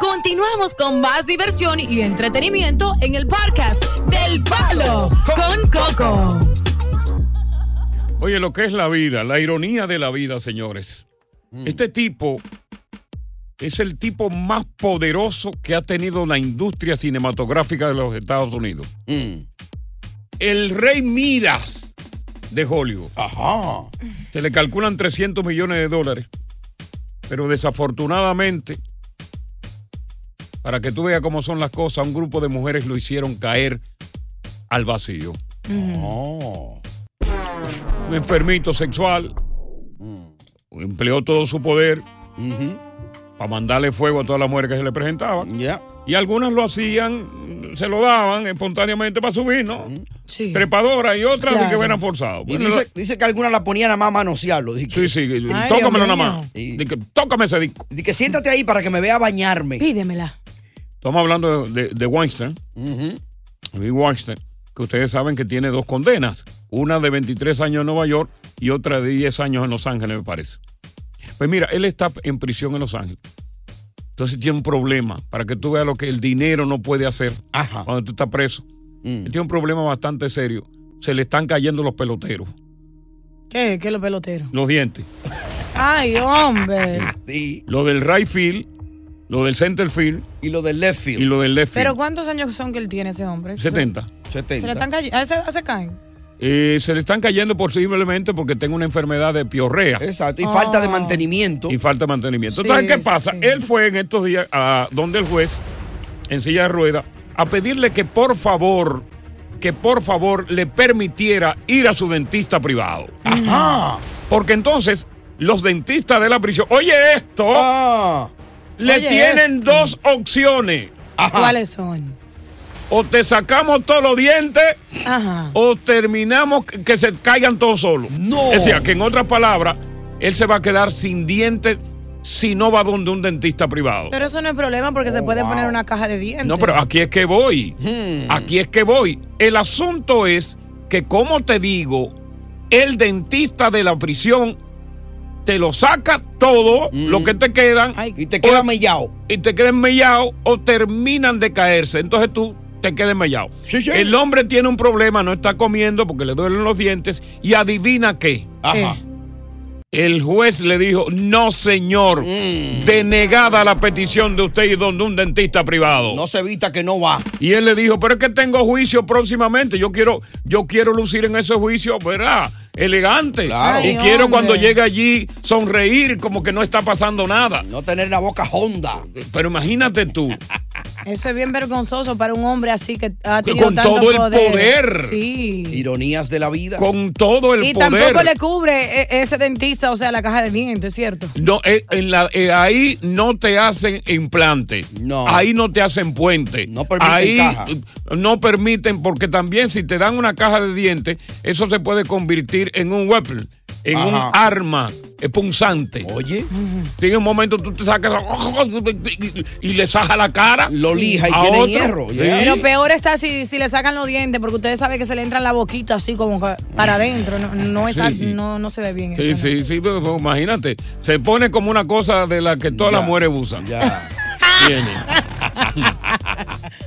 Speaker 5: Continuamos con más diversión y entretenimiento en el podcast del Palo con Coco.
Speaker 2: Oye, lo que es la vida, la ironía de la vida, señores. Este tipo es el tipo más poderoso que ha tenido la industria cinematográfica de los Estados Unidos. El rey Midas de Hollywood. Ajá. Se le calculan 300 millones de dólares. Pero desafortunadamente, para que tú veas cómo son las cosas, un grupo de mujeres lo hicieron caer al vacío. Oh. Un enfermito sexual
Speaker 4: Mm.
Speaker 2: empleó todo su poder para mandarle fuego a todas las mujeres que se le presentaban. Y algunas lo hacían, se lo daban espontáneamente para subir, ¿no? Trepadora y otras de que eran forzados.
Speaker 4: Y
Speaker 2: Bueno,
Speaker 4: dice, dice que alguna la ponía nada más a manosearlo.
Speaker 2: Sí, sí, Ay, tócamelo Dios nada mío. más. tócame ese disco.
Speaker 4: Dice que siéntate ahí para que me vea bañarme.
Speaker 6: Pídemela.
Speaker 2: Estamos hablando de, de- de Weinstein. Harvey Weinstein, que ustedes saben que tiene dos condenas, una de 23 años en Nueva York y otra de 10 años en Los Ángeles, me parece. Pues mira, él está en prisión en Los Ángeles. Entonces tiene un problema, para que tú veas lo que el dinero no puede hacer cuando tú estás preso.
Speaker 4: Mm.
Speaker 2: Él tiene un problema bastante serio. Se le están cayendo los peloteros,
Speaker 6: ¿Qué? ¿Qué los peloteros?
Speaker 2: los dientes.
Speaker 6: Ay, hombre.
Speaker 2: Lo del right field, lo del center field.
Speaker 4: Y lo del left field.
Speaker 2: Y lo del left
Speaker 6: ¿Pero
Speaker 2: field.
Speaker 6: cuántos años son que él tiene ese hombre?
Speaker 2: 70.
Speaker 6: Se, se le están cayendo. ah, ¿Se, se caen?
Speaker 2: Eh, se le están cayendo posiblemente porque tengo una enfermedad de piorrea.
Speaker 4: Exacto,
Speaker 6: y falta de
Speaker 4: mantenimiento.
Speaker 2: Y falta de mantenimiento.
Speaker 4: Sí,
Speaker 2: Entonces, ¿qué pasa? Él fue en estos días a donde el juez, en silla de rueda, a pedirle que por favor, que por favor le permitiera ir a su dentista privado. Ajá. Porque entonces los dentistas de la prisión, oye esto,
Speaker 6: Ah.
Speaker 2: le
Speaker 6: Oye
Speaker 2: tienen dos opciones. Ajá.
Speaker 6: ¿Cuáles son?
Speaker 2: O te sacamos todos los dientes
Speaker 6: Ajá.
Speaker 2: o terminamos que que se caigan todos solos. No. Es decir, que en otras palabras, él se va a quedar sin dientes si no va donde un dentista privado?
Speaker 6: Pero eso no es problema porque se puede poner una caja de dientes.
Speaker 2: Oh. No, pero ah. aquí es que voy. Aquí es que voy. El asunto es que, como te digo, el dentista de la prisión te lo saca todo lo que te quedan. y te queda mellado. Y te quedan mellado o terminan de caerse. Entonces tú te quedas mellado. El hombre tiene un problema, no está comiendo porque le duelen los dientes. Y adivina qué.
Speaker 6: Ajá.
Speaker 2: El juez le dijo, no señor, denegada la petición de usted y donde un dentista privado. No se evita que no va. Y él le dijo, pero es que tengo juicio próximamente, yo quiero, yo quiero lucir en ese juicio, ¿verdad? Elegante.
Speaker 4: Claro.
Speaker 2: Y
Speaker 4: Ay,
Speaker 2: quiero
Speaker 4: hombre.
Speaker 2: cuando llegue allí sonreír como que no está pasando nada.
Speaker 4: No tener la boca honda.
Speaker 2: Pero imagínate tú,
Speaker 6: Eso es bien vergonzoso para un hombre así que ha tenido
Speaker 2: con
Speaker 6: tanto
Speaker 2: todo el poder.
Speaker 6: Sí.
Speaker 4: Ironías de la vida.
Speaker 2: Con todo el
Speaker 6: Y
Speaker 2: poder.
Speaker 6: tampoco le cubre e- ese dentista, o sea, la caja de dientes, ¿cierto?
Speaker 2: No, eh, en la- eh, ahí no te hacen implante. Ahí no te hacen puente. No
Speaker 4: permiten
Speaker 2: ahí
Speaker 4: caja.
Speaker 2: eh, no permiten, porque también si te dan una caja de dientes, eso se puede convertir en un weapon, en un
Speaker 4: Ajá.
Speaker 2: arma eh, punzante. Oye. Tiene un momento tú te sacas y le saja la cara. Lo
Speaker 4: lija y tiene hierro, ya.
Speaker 6: Pero peor está si, si le sacan los dientes, porque ustedes saben que se le entra en la boquita así como que para adentro. No, no, es-
Speaker 2: Sí.
Speaker 6: no, no se ve bien.
Speaker 2: Sí, sí, sí, pero, pero imagínate. Se pone como una cosa de la que todas las mujeres usan. Ya.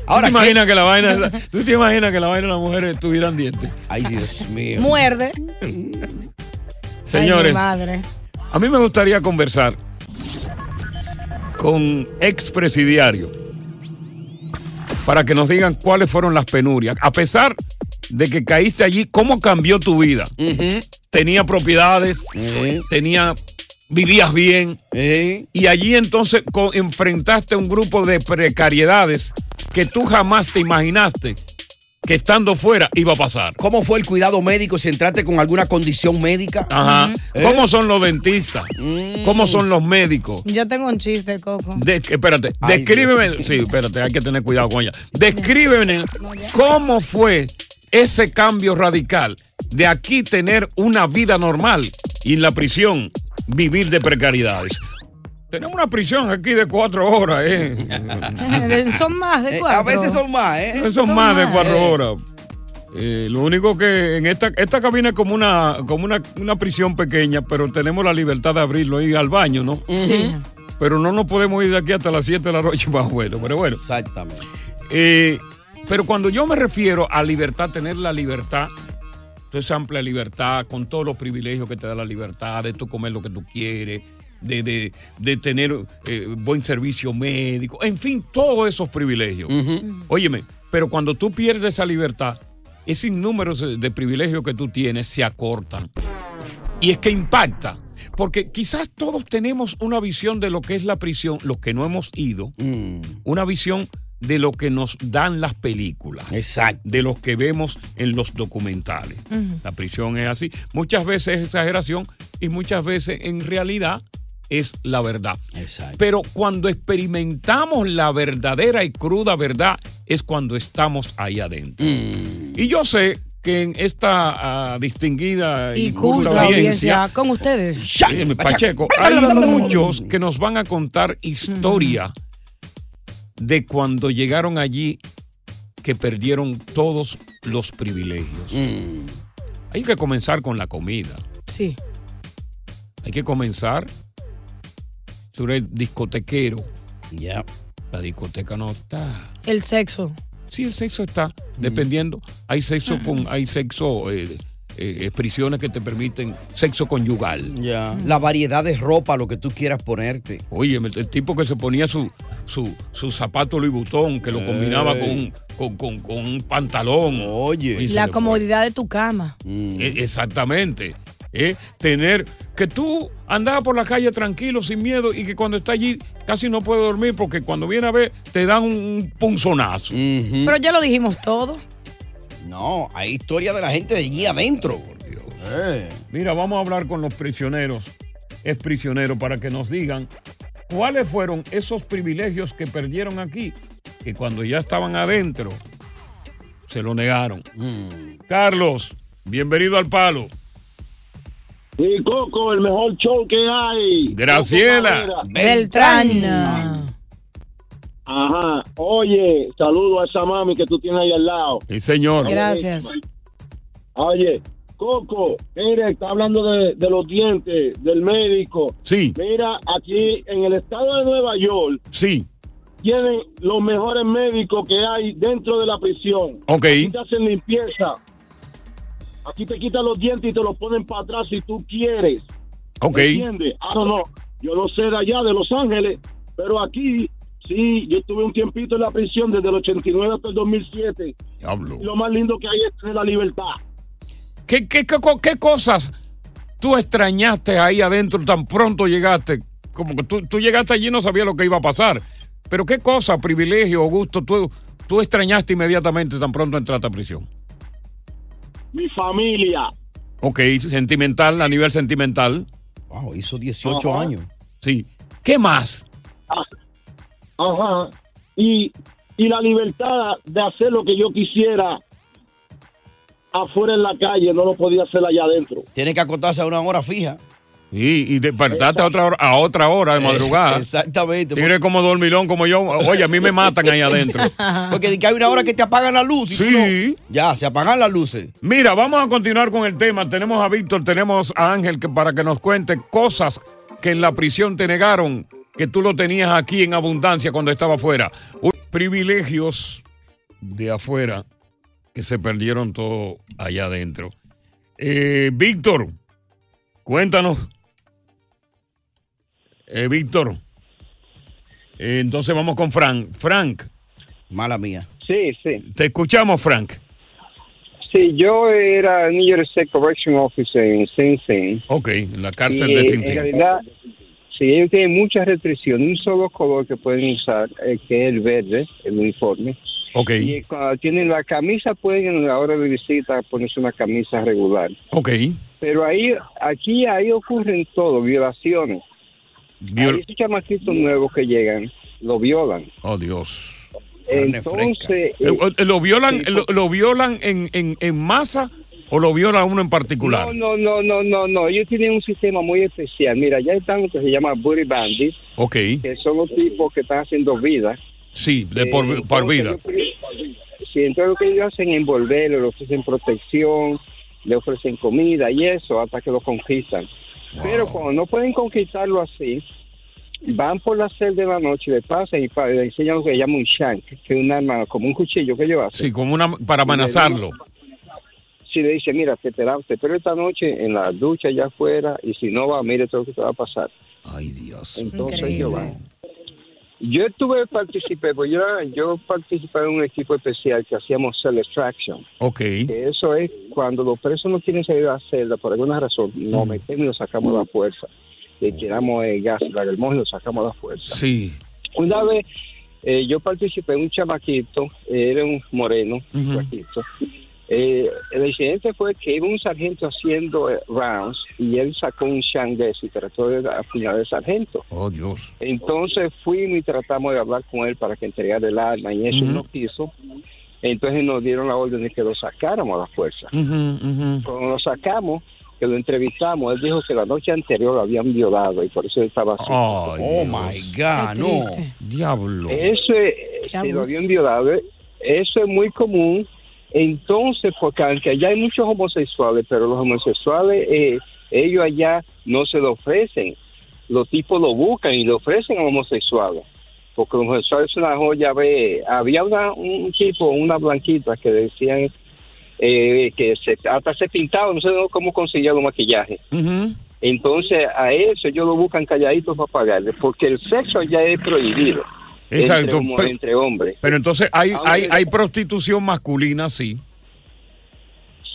Speaker 2: Ahora, ¿Tú te imaginas que la vaina, tú te imaginas que la vaina de las mujeres tuvieran dientes? Ay, Dios mío.
Speaker 6: Muerde. Ay, mi
Speaker 2: Señores,
Speaker 6: madre.
Speaker 2: a mí me gustaría conversar con expresidiario para que nos digan cuáles fueron las penurias. A pesar de que caíste allí, ¿cómo cambió tu vida? Tenía propiedades, tenía, vivías bien. Y allí entonces co- enfrentaste un grupo de precariedades que tú jamás te imaginaste que estando fuera iba a pasar.
Speaker 4: ¿Cómo fue el cuidado médico si entraste con alguna condición médica? ¿Eh? Mm.
Speaker 2: Ajá. ¿Cómo son los dentistas? ¿Cómo son los médicos?
Speaker 6: Yo tengo un chiste, Coco.
Speaker 2: De- espérate,
Speaker 4: Ay,
Speaker 2: descríbeme. Sí, espérate, hay que tener cuidado con ella. Descríbeme cómo fue ese cambio radical de aquí tener una vida normal y en la prisión vivir de precariedades. Tenemos una prisión aquí de cuatro horas, ¿eh?
Speaker 6: son más de
Speaker 4: Eh,
Speaker 6: cuatro.
Speaker 4: a veces son más, ¿eh?
Speaker 2: Son, más, de cuatro horas. Eh, lo único que en esta, esta cabina es como una, como una, una prisión pequeña, pero tenemos la libertad de abrirlo y ir al baño, ¿no?
Speaker 6: Sí.
Speaker 2: Pero no nos podemos ir de aquí hasta las 7 de la noche más bueno, pero bueno.
Speaker 4: Exactamente.
Speaker 2: Eh, pero cuando yo me refiero a libertad, tener la libertad, tú es amplia libertad, con todos los privilegios que te da la libertad, de tú comer lo que tú quieres, de, de- de tener eh, buen servicio médico, en fin, todos esos privilegios. Óyeme, pero cuando tú pierdes esa libertad, ese número de privilegios que tú tienes se acortan. Y es que impacta. Porque quizás todos tenemos una visión de lo que es la prisión, los que no hemos ido, una visión de lo que nos dan las películas. Exacto. De los que vemos en los documentales.
Speaker 22: Ujú.
Speaker 2: La prisión es así. Muchas veces es exageración y muchas veces en realidad es la verdad.
Speaker 4: Exacto.
Speaker 2: Pero cuando experimentamos la verdadera y cruda verdad es cuando estamos ahí adentro. Y yo sé que en esta ah, distinguida y,
Speaker 6: Y culta audiencia con ustedes.
Speaker 2: eh, Pacheco, hay muchos que nos van a contar historia de cuando llegaron allí que perdieron todos los privilegios. Hay que comenzar con la comida.
Speaker 6: Sí.
Speaker 2: Hay que comenzar sobre el discotequero. Ya. La discoteca no está.
Speaker 6: El sexo.
Speaker 2: Sí, el sexo está, dependiendo. Hay sexo con, hay sexo, eh, eh, prisiones que te permiten sexo conyugal.
Speaker 4: Ya. La variedad de ropa, lo que tú quieras ponerte.
Speaker 2: Oye, el, el tipo que se ponía su, su, su zapato Louis Vuitton, que lo combinaba con,
Speaker 4: Ey.
Speaker 2: con, con- con un pantalón. Oye.
Speaker 6: La comodidad de tu cama.
Speaker 2: E, exactamente. ¿eh? Tener que tú andabas por la calle tranquilo, sin miedo, y que cuando está allí casi no puede dormir porque cuando viene a ver te dan un punzonazo.
Speaker 6: Pero ya lo dijimos todo.
Speaker 4: No, hay historia de la gente de allí adentro.
Speaker 2: Eh. Mira, vamos a hablar con los prisioneros, es prisionero, para que nos digan cuáles fueron esos privilegios que perdieron aquí, que cuando ya estaban adentro
Speaker 4: Mm.
Speaker 2: se lo negaron. Carlos, bienvenido al palo.
Speaker 22: Y Coco, el mejor show que hay.
Speaker 2: Graciela.
Speaker 4: Mm.
Speaker 6: Beltrán.
Speaker 22: Ajá. Oye, saludo a esa mami que tú tienes ahí al lado.
Speaker 2: Sí, señor.
Speaker 6: Gracias.
Speaker 22: Oye, Coco, mire, está hablando de, de los dientes, del médico.
Speaker 2: Sí.
Speaker 22: Mira, aquí en el estado de Nueva York.
Speaker 2: Sí.
Speaker 22: Tienen los mejores médicos que hay dentro de la prisión.
Speaker 2: Ok.
Speaker 22: Aquí te hacen limpieza. Aquí te quitan los dientes y te los ponen para atrás si tú quieres.
Speaker 2: Ok.
Speaker 22: ¿Me entiendes? Ah, no, no. Yo no sé de allá, de Los Ángeles, pero aquí sí, yo estuve un tiempito en la prisión desde el 89 hasta el 2007.
Speaker 2: Diablo.
Speaker 22: Y lo más lindo que hay es tener la libertad.
Speaker 2: ¿Qué, qué, qué, co- qué cosas tú extrañaste ahí adentro tan pronto llegaste? Como que tú, tú llegaste allí y no sabías lo que iba a pasar. Pero qué cosa, privilegio o gusto tú, tú extrañaste inmediatamente tan pronto entraste a prisión.
Speaker 22: Mi familia.
Speaker 2: Ok, sentimental, a nivel sentimental.
Speaker 4: Wow, hizo 18
Speaker 2: Ajá.
Speaker 4: años.
Speaker 2: Sí. ¿Qué más?
Speaker 22: Ajá. Y, y la libertad de hacer lo que yo quisiera afuera en la calle, no lo podía hacer allá adentro.
Speaker 4: Tiene que acotarse a una hora fija.
Speaker 2: Y, y despertaste a otra hora, a otra hora de madrugada.
Speaker 4: Eh, Exactamente.
Speaker 2: Tigre como dormilón como yo. Oye, a mí me matan ahí adentro.
Speaker 4: Porque de que hay una hora que te apagan la luz. y tú
Speaker 2: Sí.
Speaker 4: Ya, se apagan las luces.
Speaker 2: Mira, vamos a continuar con el tema. Tenemos a Víctor, tenemos a Ángel que para que nos cuente cosas que en la prisión te negaron, que tú lo tenías aquí en abundancia cuando estaba afuera. Un- Privilegios de afuera que se perdieron todo allá adentro. Eh, Víctor, cuéntanos. Eh, Víctor. Eh, entonces vamos con Frank. Frank.
Speaker 4: Mala mía.
Speaker 23: Sí, sí.
Speaker 2: Te escuchamos, Frank.
Speaker 23: Sí, yo era New York State Correction Officer en Sing Sing.
Speaker 2: Ok, en la cárcel
Speaker 23: Y,
Speaker 2: de
Speaker 23: eh,
Speaker 2: Sing Sing.
Speaker 23: En realidad, sí, ellos tienen muchas restricciones. Un solo color que pueden usar, eh, que es el verde, el uniforme.
Speaker 2: Ok.
Speaker 23: Y eh, cuando tienen la camisa, pueden en la hora de visita ponerse una camisa regular.
Speaker 2: Ok.
Speaker 23: Pero ahí, aquí, ahí ocurren todo, violaciones. Ahí esos chamaquitos nuevos que llegan, lo violan.
Speaker 2: Oh, Dios.
Speaker 23: Entonces,
Speaker 2: Eh,
Speaker 23: eh,
Speaker 2: eh, ¿Lo violan, lo, lo violan en, en, en masa o lo viola uno en particular?
Speaker 23: No, no, no, no, no. Ellos tienen un sistema muy especial. Mira, ya están lo que se llama Booty Bandits,
Speaker 2: Ok,
Speaker 23: que son los tipos que están haciendo vida.
Speaker 2: sí, de
Speaker 23: Eh,
Speaker 2: por, por
Speaker 23: entonces
Speaker 2: vida.
Speaker 23: ellos- Sí, entonces lo que ellos hacen es envolverlo, le ofrecen protección, le ofrecen comida y eso hasta que lo conquistan. Pero cuando no pueden conquistarlo así, van por la celda de la noche, le pasan y pa- le enseñan lo que se llama un shank, que es un arma como un cuchillo que ellos hacen.
Speaker 2: Sí, como una, para amenazarlo.
Speaker 23: si le dice, mira, te esperaste, pero esta noche en la ducha allá afuera, y si no va, mire todo lo que te va a pasar.
Speaker 4: Ay, Dios.
Speaker 23: Entonces
Speaker 4: Increíble.
Speaker 23: yo van. Yo estuve, participé, pues yo, era- yo participé en un equipo especial que hacíamos cell extraction.
Speaker 2: Ok.
Speaker 23: Que eso es cuando los presos no quieren salir a la celda por alguna razón, nos metemos y los sacamos a la fuerza. Le tiramos el gas lacrimógeno y los sacamos a la fuerza.
Speaker 2: Sí.
Speaker 23: Una vez eh, yo participé en un chamaquito, era un moreno,
Speaker 2: Ujú.
Speaker 23: flaquito. Eh, el incidente fue que iba un sargento haciendo eh, rounds y él sacó un shangues y trató de apuñalar al sargento.
Speaker 2: Oh, Dios.
Speaker 23: Entonces fuimos y tratamos de hablar con él para que entregara el arma y eso
Speaker 2: Ujú.
Speaker 23: no quiso. Entonces nos dieron la orden de que lo sacáramos a la fuerza.
Speaker 2: Mm.
Speaker 23: Cuando lo sacamos, que lo entrevistamos, él dijo que la noche anterior lo habían violado y por eso él estaba así.
Speaker 2: Ay,
Speaker 4: Oh,
Speaker 2: Dios.
Speaker 4: my God, Qué no. triste.
Speaker 2: Diablo.
Speaker 23: Eso es, si lo habían violado, eh, eso es muy común. Entonces, porque aunque allá hay muchos homosexuales, pero los homosexuales, eh, ellos allá no se lo ofrecen. Los tipos lo buscan y le ofrecen a los homosexuales. Porque los homosexuales es una joya. Ve, había una- un tipo, una blanquita, que decían eh, que se, hasta se pintaba, no sé cómo conseguía los maquillajes. Entonces, a eso ellos lo buscan calladitos para pagarle, porque el sexo ya es prohibido.
Speaker 2: Exacto,
Speaker 23: Entre, homo-
Speaker 2: pero-
Speaker 23: entre hombres.
Speaker 2: Pero entonces hay,
Speaker 23: Aunque-
Speaker 2: hay, hay prostitución masculina, sí.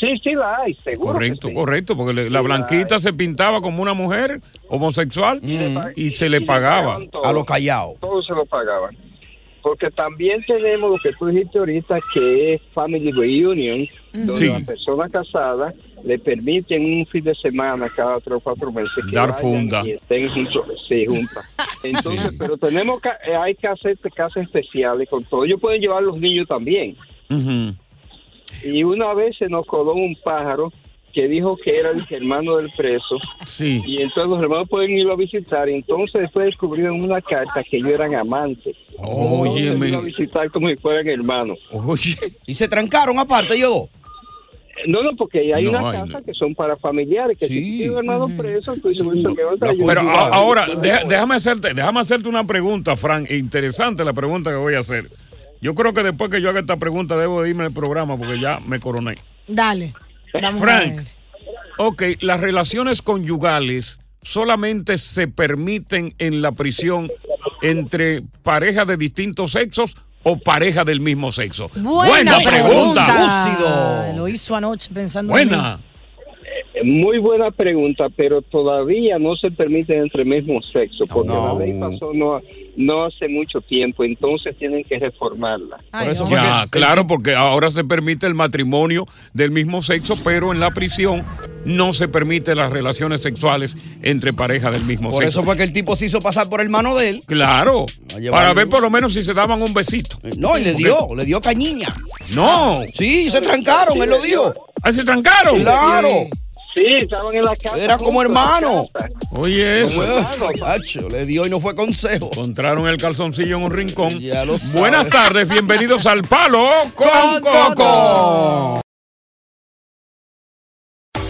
Speaker 23: Sí, sí la hay, seguro.
Speaker 2: Correcto, correcto, porque le- la blanquita se pintaba como una mujer homosexual
Speaker 4: Mm.
Speaker 2: y se le pagaba.
Speaker 23: A lo callado. Todos se lo pagaban. Porque también tenemos lo que tú dijiste ahorita, que es Family Reunion, donde
Speaker 2: Sí.
Speaker 23: las personas casadas le permiten un fin de semana cada tres o cuatro meses. que
Speaker 2: Dar
Speaker 23: vayan
Speaker 2: funda.
Speaker 23: Y estén juntos, sí, juntas. Entonces, pero tenemos que, eh, hay que hacer casas especiales con todo. Ellos pueden llevar a los niños también.
Speaker 2: Ujú.
Speaker 23: Y una vez se nos coló un pájaro que dijo que era el hermano del preso.
Speaker 2: Sí.
Speaker 23: Y entonces los hermanos pueden irlo a visitar. Y entonces después descubrieron en una carta que ellos eran amantes. Entonces,
Speaker 4: Óyeme.
Speaker 23: irlo a visitar como si fueran hermanos.
Speaker 2: Oye.
Speaker 4: Y se trancaron aparte yo.
Speaker 23: No, no, porque hay
Speaker 4: No,
Speaker 23: una
Speaker 4: hay,
Speaker 23: casa que son para familiares, que si tienen hermanos presos, pues eso que va a estar
Speaker 2: Pero
Speaker 23: ayudando.
Speaker 2: a- ahora, deja- déjame, hacerte, déjame hacerte una pregunta, Frank. Interesante la pregunta que voy a hacer. Yo creo que después que yo haga esta pregunta debo de irme del programa porque ya me coroné.
Speaker 12: Dale. Vamos a
Speaker 2: Frank, ok, las relaciones conyugales solamente se permiten en la prisión entre parejas de distintos sexos o parejas del mismo sexo.
Speaker 12: Buena, pregunta. Lo hizo anoche pensando en mí.
Speaker 23: Eh, Muy buena pregunta, pero todavía no se permite entre mismo sexo, porque
Speaker 2: No.
Speaker 23: la ley pasó no, no hace mucho tiempo, entonces tienen que reformarla.
Speaker 2: Por eso fue que- claro, porque ahora se permite el matrimonio del mismo sexo, pero en la prisión no se permite las relaciones sexuales entre parejas del mismo
Speaker 4: Por
Speaker 2: sexo.
Speaker 4: eso fue que el tipo se hizo pasar por hermano de él.
Speaker 2: Claro, para
Speaker 4: llevarlo.
Speaker 2: ver por lo menos si se daban un besito.
Speaker 4: No, y le
Speaker 2: Porque-
Speaker 4: dio, le dio cañiña.
Speaker 2: No.
Speaker 4: Sí, se trancaron, él lo dijo.
Speaker 2: Ah, se trancaron.
Speaker 4: Claro.
Speaker 23: Sí, estaban en la casa.
Speaker 4: Era como
Speaker 23: juntos, en la
Speaker 4: hermano.
Speaker 2: Oye, eso.
Speaker 4: Hacho, le dio y no fue consejo.
Speaker 2: Encontraron el calzoncillo en un rincón. Buenas tardes, bienvenidos al Palo con
Speaker 4: Con
Speaker 2: Coco.